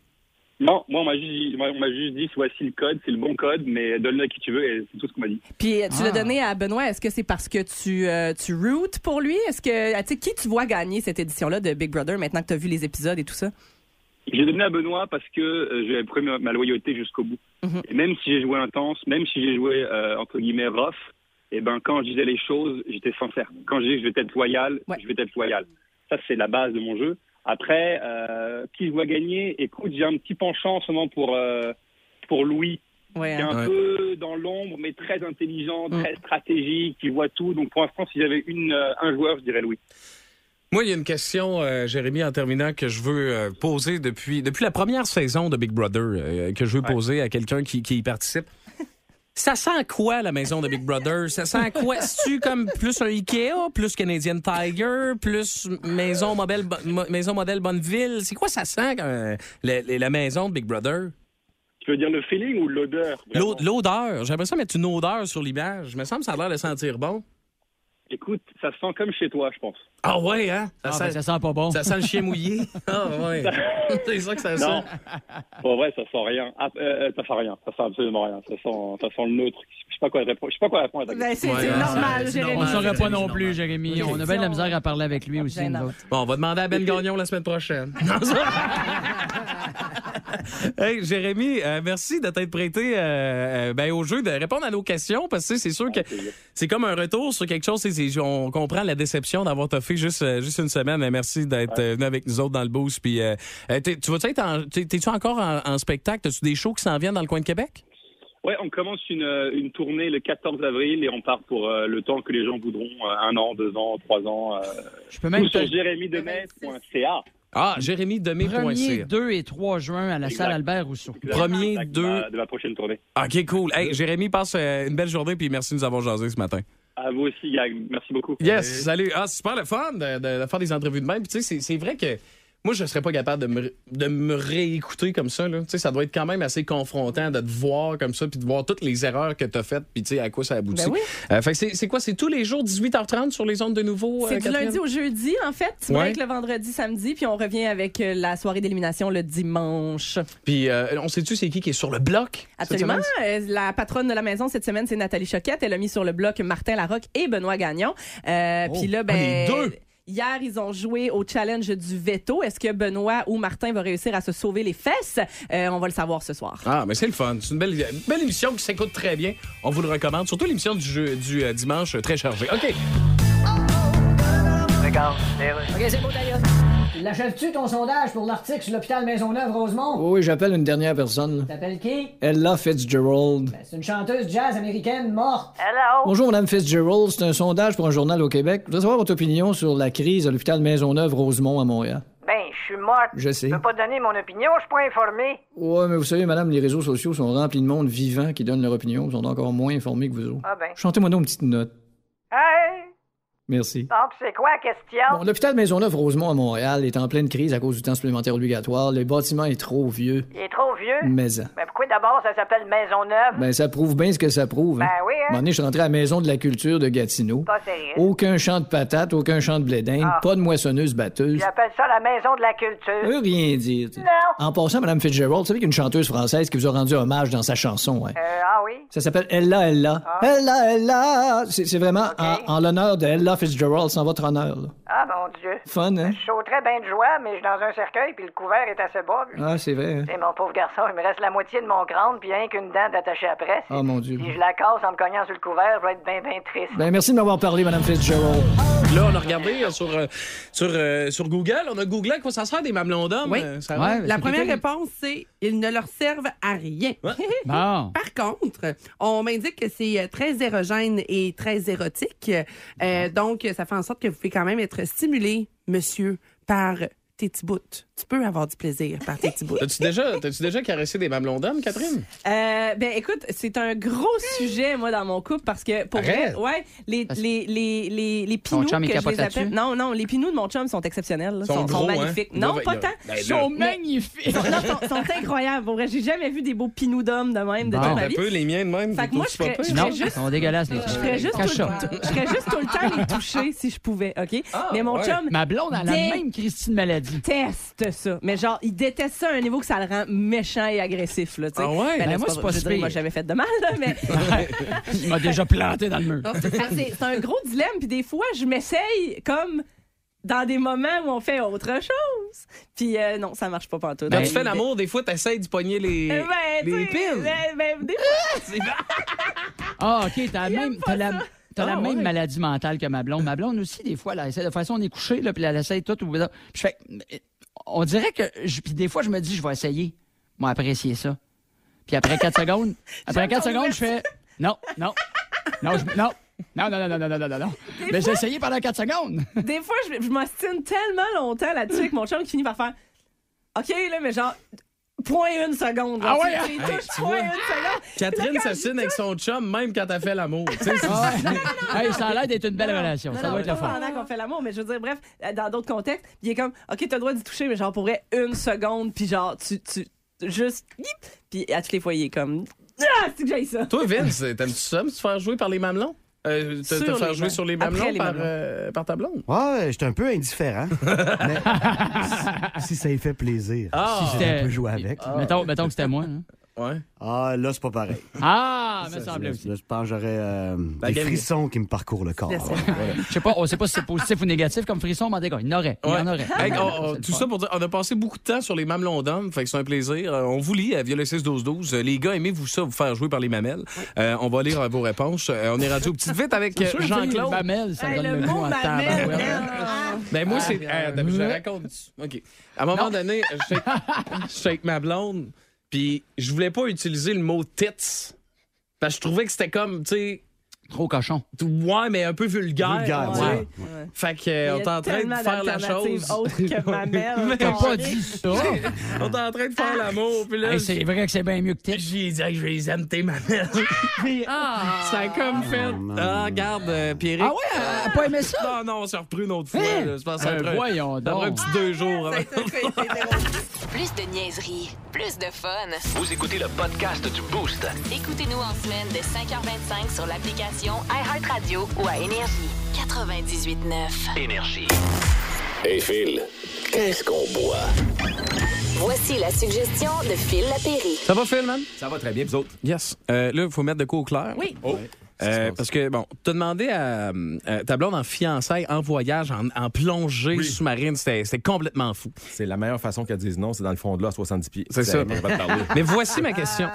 S9: Non, moi, on m'a juste, dit- on m'a juste dit, voici le code, c'est le bon code, mais donne-le à qui tu veux, et c'est tout ce qu'on m'a dit.
S5: Puis euh, tu l'as
S6: Ah.
S5: donné à Benoît, est-ce que c'est parce que tu, euh, tu rootes pour lui? Est-ce que, ah, tu sais, qui tu vois gagner cette édition-là de Big Brother maintenant que tu as vu les épisodes et tout ça?
S9: J'ai donné à Benoît parce que euh, j'avais pris ma, ma loyauté jusqu'au bout.
S5: Mhm.
S9: Et même si j'ai joué intense, même si j'ai joué, euh, entre guillemets, rough, et ben, quand je disais les choses, j'étais sincère. Quand je disais que je vais être loyal,
S5: Ouais.
S9: je vais être loyal. Ça, c'est la base de mon jeu. Après, euh, qui je vois gagner Écoute, j'ai un petit penchant en ce moment pour, euh, pour Louis,
S5: Ouais,
S9: qui est
S5: hein.
S9: un
S3: Ouais.
S9: peu dans l'ombre, mais très intelligent,
S5: Mm.
S9: très stratégique, qui voit tout. Donc, pour l'instant, si j'avais une, euh, un joueur, je dirais Louis.
S3: Moi, il y a une question, euh, Jérémy, en terminant, que je veux euh, poser depuis, depuis la première saison de Big Brother, euh, que je veux poser à quelqu'un qui, qui y participe. Ça sent quoi, la maison de Big Brother? Ça sent quoi? C'est-tu comme plus un Ikea, plus Canadian Tiger, plus maison modèle, Bo- Mo- maison modèle Bonneville? C'est quoi ça sent, euh, la, la- la maison de Big Brother?
S9: Tu veux dire le feeling ou l'odeur vraiment
S3: L'o- L'odeur. J'aimerais ça mettre une odeur sur l'image. Il me semble que ça a l'air de sentir bon.
S9: Écoute, ça sent comme chez toi, je pense.
S3: Ah ouais, hein? Ça
S6: Ah,
S3: sent-
S6: ben, ça sent pas bon.
S3: Ça sent le chien mouillé. Ah
S9: [laughs]
S3: ouais. C'est ça que ça
S9: Non, [laughs] pour vrai, ça sent rien. Ah, euh, euh, ça sent rien, ça sent absolument rien. Ça sent, ça sent le neutre. Je sais pas quoi répondre. Je sais pas quoi répondre. à ta
S5: Ben, c'est
S3: Ouais,
S5: c'est
S3: hein,
S5: normal,
S3: c'est- c'est
S6: On
S5: Jérémy.
S6: ne
S3: normal.
S6: saurait pas
S3: Jérémy,
S6: non
S3: normal.
S6: plus, Jérémy. On a bien de la misère à parler avec lui aussi, nous
S5: Gênant.
S6: autres.
S3: Bon, on va demander à Ben Gagnon la semaine prochaine. Non, ça- hey, Jérémy, euh, merci de t'être prêté euh, euh, ben, au jeu, de répondre à nos questions, parce que tu sais, c'est sûr que c'est comme un retour sur quelque chose. tu sais, c'est- On comprend la déception d'avoir toffé juste, euh, juste une semaine. Euh, Merci d'être euh, venu avec nous autres dans le boost. Puis, euh, euh, t'es- tu vas-tu être en- t'es- T'es-tu encore en, en spectacle? As-tu des shows qui s'en viennent dans le coin de Québec?
S9: Ouais, on commence une, euh, une tournée le 14 avril et on part pour euh, le temps que les gens voudront. euh, un an, deux ans, trois ans. Euh,
S6: Je peux
S9: tout
S6: même te
S9: sur jérémydemais.ca.
S3: Ah, Jérémy
S6: Premier,
S3: Demé.ca.
S6: 2 et 3 juin à la
S9: Exact.
S6: salle Albert Rousseau.
S3: Premier,
S9: Exact, de ma- de ma prochaine tournée.
S3: OK, cool. Hey, Jérémy, passe euh, une belle journée, puis merci de nous avoir jasé ce matin.
S9: À vous aussi, Gag. Merci beaucoup.
S3: Yes, salut. Ah, c'est super le fun de, de- de faire des entrevues de même. Puis, tu sais, c'est- c'est vrai que moi, je serais pas capable de me, ré- de me réécouter comme ça. Là. Tu sais, ça doit être quand même assez confrontant de te voir comme ça, puis de voir toutes les erreurs que tu as faites, puis tu sais, à quoi ça aboutit.
S5: Ben oui.
S3: Euh, fait que c'est c'est quoi? C'est tous les jours, 18h30 sur les ondes de nouveau?
S5: C'est
S3: euh,
S5: du
S3: Catherine?
S5: lundi au jeudi, en fait. Tu
S3: Ouais.
S5: break le vendredi, samedi, puis on revient avec euh, la soirée d'élimination le dimanche.
S3: Puis, euh, on sait-tu c'est qui qui est sur le bloc? cette
S5: Absolument.
S3: semaine?
S5: Euh, La patronne de la maison cette semaine, c'est Nathalie Choquette. Elle a mis sur le bloc Martin Larocque et Benoît Gagnon. Euh, Puis là, ben.
S3: Oh, ah, les deux!
S5: Hier, ils ont joué au challenge du veto. Est-ce que Benoît ou Martin va réussir à se sauver les fesses? Euh, on va le savoir ce soir.
S3: Ah, mais c'est le fun. C'est une belle, une belle émission qui s'écoute très bien. On vous le recommande. Surtout l'émission du, jeu- du euh, dimanche, euh, très chargée. OK.
S10: L'achèves-tu ton sondage pour l'article sur l'hôpital Maisonneuve-Rosemont?
S8: Oui, j'appelle une dernière personne. là.
S10: T'appelles qui?
S8: Ella Fitzgerald.
S10: Ben, c'est une chanteuse jazz américaine morte.
S8: Bonjour, Madame Fitzgerald. C'est un sondage pour un journal au Québec. Je voudrais savoir votre opinion sur la crise à l'hôpital Maisonneuve-Rosemont à Montréal.
S10: Ben, je suis morte.
S8: Je sais.
S10: pas donner mon opinion, je suis pas informé.
S8: Ouais, mais vous savez, madame, les réseaux sociaux sont remplis de monde vivant qui donnent leur opinion. Ils sont encore moins informés que vous autres.
S10: Ah ben.
S8: Chantez-moi donc une petite note.
S10: Hey!
S8: Merci.
S10: Donc, c'est quoi la question?
S8: Bon, l'hôpital Maisonneuve-Rosemont à Montréal est en pleine crise à cause du temps supplémentaire obligatoire. Le bâtiment est trop vieux.
S10: Il est trop vieux.
S8: Mais
S10: Ben, pourquoi d'abord ça s'appelle Maisonneuve?
S8: ben, ça prouve bien ce que ça prouve. hein.
S10: Ben oui,
S8: Un
S10: hein?
S8: moment donné, je suis rentré à la Maison de la culture de Gatineau.
S10: Pas sérieux.
S8: Aucun champ de patates, aucun champ de blé d'Inde,
S10: Ah.
S8: pas de moissonneuse batteuse.
S10: J'appelle ça la maison de la culture.
S8: Ça veut rien dire. tu sais.
S10: Non.
S8: En passant, Mme Fitzgerald, vous savez qu'il y a une chanteuse française qui vous a rendu hommage dans sa chanson. hein.
S10: Euh, ah oui?
S8: Ça s'appelle Ella Ella. Ella Ella. C'est c'est vraiment en, en l'honneur de Ella Ella Fitzgerald, s'en va votre honneur. là.
S7: Ah, mon Dieu.
S8: Fun, hein?
S7: Je sauterais bien de joie, mais je suis dans un cercueil, puis le couvert est assez bas. puis-
S8: Ah, c'est vrai. hein?
S7: Et mon pauvre garçon, il me reste la moitié de mon crâne, puis rien qu'une dent d'attacher après.
S8: Ah, mon Dieu.
S7: Si je la casse en me cognant sur le couvert, je vais être bien, bien triste.
S8: Ben, merci de m'avoir parlé, Madame Fitzgerald.
S3: Là, on a regardé euh, sur, euh, sur, euh, sur Google. On a googlé à quoi ça sert des mamelons d'hommes.
S11: Oui.
S3: euh, ça va?
S6: Ouais,
S11: La
S6: c'est
S11: première
S6: quelqu'un-
S11: réponse, c'est ils ne leur servent à rien. [laughs]
S6: Bon.
S11: Par contre, on m'indique que c'est euh, très érogène et très érotique.
S3: Ah.
S11: Euh, donc, ça fait en sorte que vous pouvez quand même être stimulé, monsieur, par tes petits bouts. Tu peux avoir du plaisir par tes petits bouts.
S3: T'as-tu déjà, t'as-tu déjà caressé des mamelons d'hommes, Catherine?
S5: Euh, ben écoute, c'est un gros sujet moi dans mon couple parce que pour vrai,
S3: Arrête.
S5: ouais, les
S6: Parce-
S5: les les les, les
S6: Ton
S5: pinots
S6: chum, il
S5: que je
S6: capote
S5: les appelle.
S6: là-dessus?
S5: Non non, les pinots de mon chum sont exceptionnels, là.
S3: Sont gros, hein?
S5: magnifiques.
S3: Ils
S5: Non,
S3: doivent-
S5: pas
S3: ils
S5: tant.
S3: doivent- ben,
S6: Ils sont
S3: là,
S6: magnifiques.
S5: Sont- non, sont, sont incroyables. Pour vrai, j'ai jamais vu des beaux pinots d'hommes de même de
S6: Bon.
S5: toute
S3: Un
S5: ma vie.
S3: peu les miens de même.
S5: Fait que moi,
S3: t'as-tu pas
S5: je ferais-
S3: peur?
S5: je ferais
S6: Non,
S5: juste-
S6: ils sont dégueulasses, les
S5: Je ferais juste, tout le
S6: Cache-toi.
S5: temps- je ferais juste tout le temps les toucher si je pouvais, OK? Mais mon
S3: Ah, ouais.
S5: chum
S6: Ma blonde elle a
S5: Dé-
S6: la même Christine maladie.
S5: déteste ça. Mais genre, il déteste ça à un niveau que ça le rend méchant et agressif, là, tu sais.
S3: Ah
S5: Ben,
S3: ouais?
S6: Ben,
S5: non,
S6: moi, c'est pas
S5: je veux
S6: si
S5: dire, Moi,
S6: pire.
S5: j'avais fait de mal, là,
S6: [laughs]
S5: mais
S6: Il m'a déjà planté dans le mur.
S5: Ah, c'est c'est un gros dilemme. Puis des fois, je m'essaye comme dans des moments où on fait autre chose. Puis euh, non, ça marche pas pantoute.
S3: Quand
S6: Ben,
S3: tu fais l'amour, des fois, t'essayes de pogner les,
S5: Ben, tu
S3: les
S5: sais,
S3: pins.
S5: ben, ben, des fois,
S6: Ah, OK, t'as la même, t'as la, t'as la
S3: Ah,
S6: même
S3: ouais.
S6: maladie mentale que ma blonde. Ma blonde aussi, des fois, elle essaie de façon, on est couché, là, puis elle essaie tout. Ou... Puis je fais, on dirait que, je- puis des fois, je me dis, je vais essayer. Moi, apprécier ça. Puis
S5: [laughs]
S6: après 4 secondes, après
S5: J'aime
S6: 4
S5: ton
S6: secondes, je fais, non, non, non, je, non. Non, non, non, non, non, non, non, non. Mais j'ai essayé pendant
S5: [laughs]
S6: 4 secondes.
S5: des fois, je, je m'ostine tellement longtemps là-dessus que mon chum qui finit par faire OK, là, mais genre, point une seconde. là,
S6: Ah
S5: tu-
S6: ouais,
S5: tu y
S3: hein?
S5: touches,
S3: Hey, tu
S5: point
S3: vois.
S5: une seconde.
S3: Catherine s'assine avec son chum, même quand t'as fait l'amour. Tu sais, c'est-
S6: Ah ouais. Hey, ça a l'air d'être une belle relation.
S5: Non,
S6: ça
S5: non,
S6: doit être
S5: pas
S6: le fun.
S5: pendant qu'on fait l'amour, mais je veux dire, bref, euh, dans d'autres contextes, il est comme, OK, t'as le droit d'y toucher, mais genre, pour vrai, une seconde, puis genre, tu, tu, juste, yip, puis à tous les fois, il est comme, ah, c'est que j'aille ça.
S3: Toi, Vince, t'aimes-tu ça, me faire jouer par les mamelons? Euh, te,
S5: Sur
S3: te faire
S5: les
S3: jouer sur les
S5: mamelons.
S3: mamelons,
S5: Après les
S3: par,
S5: mamelons.
S3: euh, par ta blonde?
S4: Ouais, j'étais un
S12: [laughs]
S4: peu indifférent. mais si si ça y fait plaisir,
S3: Ah!
S4: si on peut jouer avec. là.
S6: Mettons, mettons que c'était moi. hein.
S3: Ouais.
S4: Ah, là, c'est pas pareil.
S6: Ah, me semblait
S4: Là,
S6: aussi.
S4: là, je pense que j'aurais
S12: Ben,
S4: euh, des
S3: game.
S4: frissons qui me parcourent le corps.
S6: Je sais pas, on sait pas si c'est positif ou négatif comme frisson, mais en dégâts, il y en aurait. Il y en
S3: Ouais.
S6: aurait.
S3: [laughs] Hey, on- on-
S6: C'est le
S3: tout
S6: fun.
S3: ça pour dire, on a passé beaucoup de temps sur les mamelons d'hommes, fait que c'est un plaisir. Euh, on vous lit à Violet 6 12 12. Euh, Les gars, aimez-vous ça, vous faire jouer par les mamelles? Euh, on va lire euh, vos réponses. Euh, on est rendu aux petites vite avec euh,
S6: Sûr,
S3: Jean-Claude.
S6: Mamel, ça
S5: Hey,
S6: donne
S5: le
S6: le
S5: mot
S6: goût à
S5: mamelle.
S6: tabarouette.
S3: Ben moi, c'est.
S6: Ah,
S3: Ah, attends, je le raconte. OK. À un moment donné, je shake- je shake ma blonde, puis je voulais pas utiliser le mot tits. Parce que je trouvais que c'était comme, tu sais,
S6: Trop cochon.
S3: tout- ouais, mais un peu vulgaire.
S4: Vulgaire,
S3: tu sais.
S4: ouais.
S3: Fait que, euh, on est en train de faire la chose.
S5: autre
S3: [laughs]
S5: que
S12: [laughs]
S5: ma mère.
S6: T'as pas dit ça.
S3: On est en train de faire l'amour, puis là.
S6: Hey, c'est vrai que c'est bien mieux que t'es.
S3: J'ai dit, Hey, je les aime, tes mamelles. Puis, ça a comme fait. Ah, regarde, euh, Pierrick.
S6: Ah ouais, elle a pas aimé ça?
S3: Non, non, on s'est repris une autre fois.
S6: Hein?
S3: là. Je pense que ça
S6: Euh,
S3: va être un-
S6: voyons
S3: ça va être un
S6: donc.
S3: petit deux jours. hein. avant.
S1: Plus de niaiserie, plus de fun.
S2: Vous écoutez le podcast du Boost.
S1: Écoutez-nous en semaine de 5h25 sur l'application iHeartRadio ou à Énergie. 98.9.
S2: Énergie. Et Phil, qu'est-ce qu'on boit?
S1: Voici la suggestion de Phil Lapéry.
S3: Ça va, Phil, man?
S12: Ça va très bien, vous autres.
S3: Yes. Euh, là, il faut mettre de quoi au clair.
S5: Oui.
S12: Oh,
S3: Euh, parce que, bon, t'as demandé à, euh, ta blonde en fiançailles, en voyage, en, en plongée sous-marine, c'était c'était complètement fou.
S12: C'est la meilleure façon qu'elle dise non, c'est dans le fond de là, à 70 pieds.
S3: C'est ça.
S12: elle peut pas te parler.
S3: [laughs] Mais voici ma question.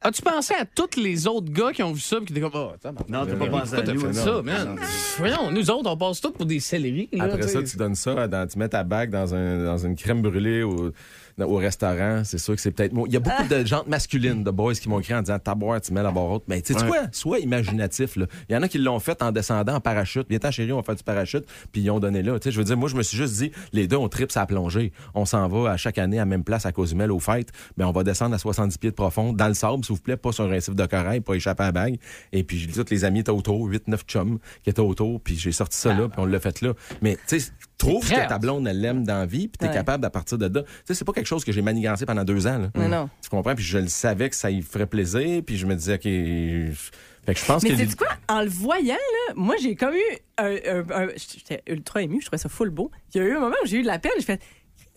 S3: As-tu pensé à tous les autres gars qui ont vu ça et qui étaient comme, oh, attends,
S4: Non, t'as pas pensé à
S3: pourquoi t'as
S4: nous,
S3: fait
S4: hein?
S3: ça, man? Voyons, nous autres, on passe tous pour des céleris. là,
S12: Après ça,
S3: tu sais.
S12: tu donnes ça, dans- tu mets ta bague dans, un- dans une crème brûlée au, dans- au restaurant. C'est sûr que c'est peut-être. mo- Il y a beaucoup de gens masculines, de boys, qui m'ont écrit en disant Taboire, tu mets la barre haute. Mais tu sais
S3: Ouais.
S12: quoi? Sois imaginatif. là. Il y en a qui l'ont fait en descendant en parachute. Viens-t'en, chérie, on va faire du parachute. Puis ils ont donné là. Tu sais, je veux dire, moi, je me suis juste dit, les deux, on tripe sa plongée. On s'en va à chaque année à même place à Cozumel aux fêtes. Mais Ben, on va descendre à 70 pieds de profond, dans le sable, s'il vous plaît, pas sur un récif de corail, pas échapper à la bague. Et puis, j'ai tous les amis étaient autour, 8-9 chums qui étaient autour. Puis j'ai sorti ça là, puis on l'a fait là. Mais tu sais, trouve
S6: très
S12: que ta blonde, elle l'aime dans la vie, puis t'es capable d'à partir de là. Tu sais, c'est pas quelque chose que j'ai manigancé pendant deux ans. Là.
S5: Mais non.
S12: Tu comprends? Puis je le savais que ça y ferait plaisir, puis je me disais, OK. Fait que je pense
S5: Mais
S12: que.
S5: c'est quoi? En le voyant, là, moi, j'ai comme eu un. un- un- J'étais ultra ému, je trouvais ça full beau. Il y a eu un moment où j'ai eu de la peine, j'ai fait.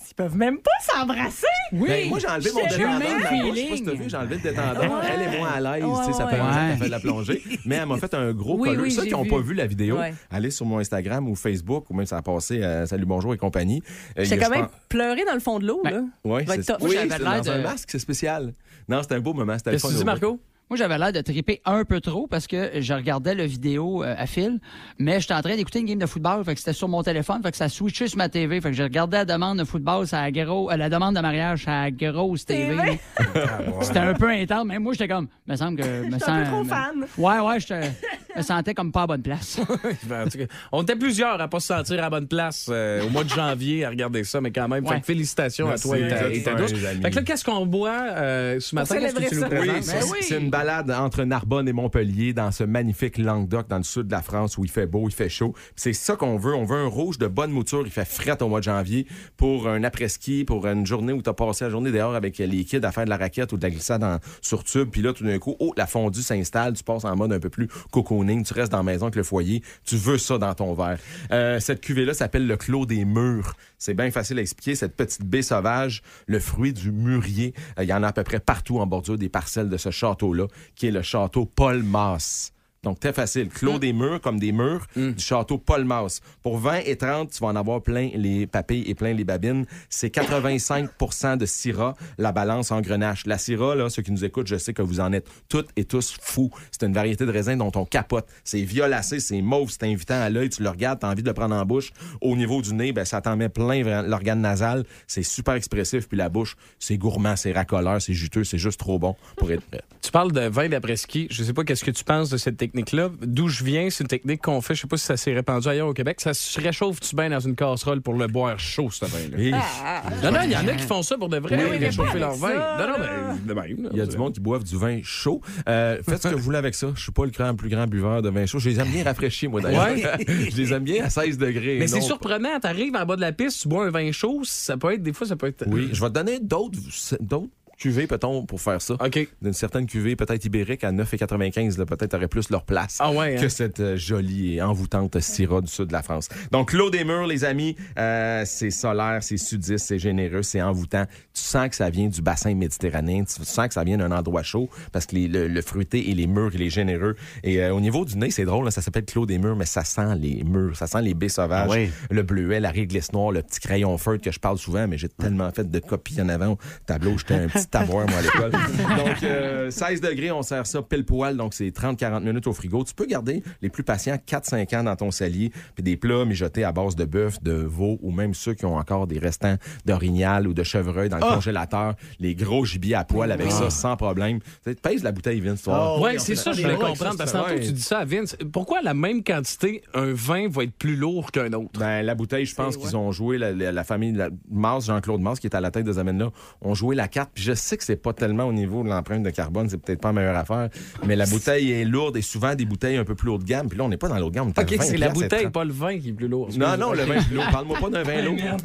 S5: Ils peuvent même pas s'embrasser.
S12: Ben, moi, j'ai enlevé mon
S5: J'ai
S12: détendant.
S5: le même
S12: de la bouche. Je sais pas si
S5: feeling.
S12: t'as vu, j'ai enlevé le détendant.
S5: Ouais.
S12: Ah Elle et moi à l'aise,
S5: Ouais,
S12: tu sais, ça
S5: ouais,
S12: fait longtemps
S5: ouais.
S12: qu'elle fait de la plongée. Mais elle m'a fait un gros
S5: Oui,
S12: coleux.
S5: oui,
S12: Ceux
S5: j'ai
S12: qui n'ont
S5: vu.
S12: pas vu la vidéo, ben,
S5: Ouais.
S12: allez sur mon Instagram ou Facebook, ou même ça a passé à Salut Bonjour et compagnie. Euh, il y
S5: J'ai
S12: a,
S5: quand
S12: je
S5: même
S12: pense-
S5: pleuré dans le fond de l'eau, là.
S12: Ouais,
S5: Ça va
S12: c'est
S5: être top.
S12: oui, c'est dans un masque, c'est spécial. Non, c'était un beau moment. C'était le fun au bout.
S6: Moi, j'avais l'air de triper un peu trop parce que je regardais le vidéo euh, à fil, mais j'étais en train d'écouter une game de football, fait que c'était sur mon téléphone, fait que ça switchait sur ma TV, fait que je regardais la demande de football, ça a gros, euh, la demande de mariage, ça a grosse TV.
S5: vrai?
S6: [laughs] C'était un peu intense, mais moi, j'étais comme, me semble
S5: [laughs]
S6: que, me
S5: J'étais un
S6: sens-
S5: peu trop
S6: me-
S5: fan.
S6: Ouais, ouais, j'étais- me sentais comme pas à bonne
S12: [laughs]
S6: place.
S13: Ben, en tout cas, on était plusieurs à pas se sentir à la bonne place euh, au mois de janvier à regarder ça, mais quand même,
S6: Ouais.
S13: fait que félicitations
S12: Merci,
S13: à toi et ta,
S12: vous
S13: et
S12: êtes
S13: ta
S12: fins,
S13: douce.
S12: les amis.
S13: Fait que là, qu'est-ce qu'on boit euh, ce matin? Qu'est-ce que tu nous
S12: Oui,
S13: présentes? Ben
S12: c'est
S5: Ben
S12: c'est une balade hein. entre Narbonne et Montpellier dans ce magnifique Languedoc dans le sud de la France où il fait beau, il fait chaud. Puis C'est ça qu'on veut. On veut un rouge de bonne mouture. Il fait fret au mois de janvier pour un après-ski, pour une journée où tu as passé la journée dehors avec les kids à faire de la raquette ou de la glissade en- sur tube. Puis là, tout d'un coup, oh, la fondue s'installe. Tu passes en mode un peu plus cocooning. Tu restes dans la maison avec le foyer. Tu veux ça dans ton verre. Euh, cette cuvée-là s'appelle le Clos des Murs. C'est bien facile à expliquer. Cette petite baie sauvage, le fruit du mûrier. Euh, Il y en a à peu près partout en bordure des parcelles de ce château-là, qui est le château Paul Masse. Donc, très facile. Clos des murs comme des murs du château Paul Masse. Pour 20 et 30, tu vas en avoir plein les papilles et plein les babines. C'est 85 de Syrah, la balance en grenache. La Syrah, là, ceux qui nous écoutent, je sais que vous en êtes toutes et tous fous. C'est une variété de raisin dont on capote. C'est violacé, c'est mauve, c'est invitant à l'œil. Tu le regardes, t'as envie de le prendre en bouche. Au niveau du nez, ben, ça t'en met plein vra- l'organe nasal. C'est super expressif. Puis la bouche, c'est gourmand, c'est racoleur, c'est juteux, c'est juste trop bon pour être prêt.
S13: Tu parles de vin d'après-ski. Je sais pas qu'est-ce que tu penses de cette technique-là. D'où je viens, c'est une technique qu'on fait. Je sais pas si ça s'est répandu ailleurs au Québec. Ça se réchauffe-tu bien dans une casserole pour le boire chaud, ce vin-là? Ah, Non, non, il y en a qui font ça pour de vrai.
S12: Oui,
S13: ils
S12: mais
S13: réchauffent
S12: pas
S13: leur
S12: avec
S13: vin.
S12: ça,
S13: non, non,
S12: là.
S13: mais de même, là.
S12: Il y a du monde qui boivent du vin chaud. Euh, faites ce que vous voulez avec ça. Je suis pas le grand, plus grand buveur de vin chaud. Je les aime bien rafraîchis, moi, d'ailleurs.
S13: Ouais.
S12: [laughs] Je les aime bien à 16 degrés.
S13: [laughs] Mais c'est
S12: non.
S13: surprenant, t'arrives en bas de la piste, tu bois un vin chaud, ça peut être, des fois, ça peut être...
S12: Oui, je vais te donner d'autres d'autres cuvées, peut-on, pour faire ça.
S13: OK.
S12: D'une certaine cuvée, peut-être ibérique, à 9,95, là, peut-être aurait plus leur place
S13: Ah ouais, hein?
S12: que cette euh, jolie et envoûtante Syrah du sud de la France. Donc, l'eau des murs, les amis, euh, c'est solaire, c'est sudiste, c'est généreux, c'est envoûtant. Tu sens que ça vient du bassin méditerranéen, tu sens que ça vient d'un endroit chaud parce que les- le, le fruité et les murs, il est généreux. Et euh, au niveau du nez, c'est drôle, là, ça s'appelle Clos des murs, mais ça sent les murs, ça sent les baies sauvages,
S4: Ah oui.
S12: le bleuet, la réglisse noire, le petit crayon feutre que je parle souvent, mais j'ai tellement fait de copies en avant au tableau, j'étais un petit avoir, moi, à l'école. Donc, euh, 16 degrés, on sert ça pile poil, donc c'est 30-40 minutes au frigo. Tu peux garder les plus patients 4-5 ans dans ton salier, puis des plats mijotés à base de bœuf, de veau, ou même ceux qui ont encore des restants d'orignal ou de chevreuil dans le
S13: Ah!
S12: congélateur, les gros gibiers à poil avec ça, sans problème. Tu sais, tu pèses la bouteille vine, histoire.
S13: ouais, c'est ça, je voulais comprendre. Parce que tantôt, tu dis ça à Vince. Pourquoi la même quantité, un vin va être plus lourd qu'un autre?
S12: Ben, la bouteille, je pense qu'ils ont joué, la, la- la famille de la- Mars, Jean-Claude Mars, qui est à la tête de amènes là ont joué la carte. Puis je sais que c'est pas tellement au niveau de l'empreinte de carbone, c'est peut-être pas la meilleure affaire, mais la bouteille est lourde et souvent des bouteilles un peu plus haut de gamme. Puis là, on n'est pas dans l'autre gamme. on est à
S13: OK,
S12: 20
S13: c'est la
S12: piastres et
S13: bouteille,
S12: 30.
S13: pas le vin qui est plus lourd.
S12: Ah Non, non, le vin est plus lourd. Parle-moi pas d'un
S8: Ben,
S12: vin lourd.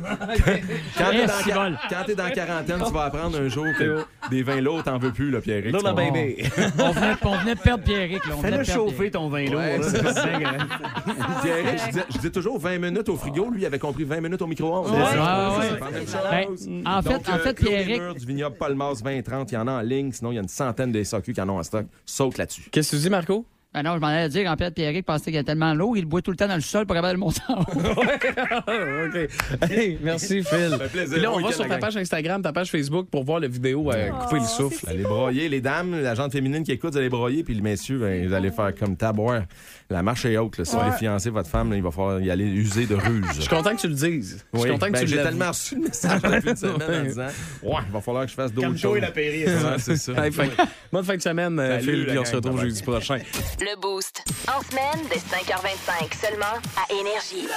S12: Quand t'es
S13: Yes,
S12: dans,
S13: il vole.
S12: quand t'es dans quarantaine, tu vas apprendre un jour que des vins lourds, t'en veux plus, là, ben, pierre
S6: Lola baby. on, venait, on venait de perdre Pierrick. là. On venait de
S4: Fais-le
S6: perdre
S4: chauffer ton vin lourd.
S12: Ouais,
S4: là.
S12: c'est ça.
S4: C'est dingue, hein.
S12: Pierrick, je dis- je dis toujours 20 minutes au frigo. Lui, il avait compris 20 minutes au micro-ondes.
S6: Ouais,
S12: C'est ça.
S6: ouais,
S12: C'est
S6: ouais.
S12: pas la même
S6: Ben,
S12: chose.
S6: en fait-
S12: Donc,
S6: en
S12: euh,
S6: fait,
S12: Clos des
S6: Pierrick-
S12: Murs du vignoble Palmas 20-30, il y en a en ligne. Sinon, il y a une centaine de SAQ qui en ont en stock. Saute là-dessus.
S13: Qu'est-ce que tu dis, Marco?
S6: Ben non, je m'en allais dire, en fait, Pierrick pensait qu'il y a tellement lourd, il le boit tout le temps dans le sol pour avoir le montant.
S13: OK.
S12: Ah,
S13: [laughs] Hey, merci, Phil.
S12: plaisir.
S13: Puis là, on
S12: Bon
S13: va
S12: week-end,
S13: sur
S12: la
S13: ta
S12: gang. Ah,
S13: page Instagram, ta page Facebook pour voir la vidéo euh, Couper le souffle.
S12: Vous allez broyer, les dames, la gente féminine qui écoute, vous allez broyer, puis les messieurs, ben, vous allez faire comme tabouin. La marche est haute. là. Si vous voulez fiancer votre femme, là, il va falloir y aller user de
S13: Je
S12: ruse.
S13: suis content que tu le dises. Je suis
S12: Oui,
S13: content que
S12: ben,
S13: tu
S12: J'ai
S13: l'avoues.
S12: tellement reçu de messages depuis une semaine en disant Ouais, il va falloir que je fasse d'autres choses. Ouais, c'est ça.
S13: Hey, fait- Bonne fin de semaine, euh,
S12: hein. Salut,
S13: Phil,
S12: la
S13: puis on
S12: gang.
S13: se retrouve
S12: Bye-bye.
S13: jeudi prochain.
S1: Le Boost. En semaine, dès 5h25 seulement à Énergie.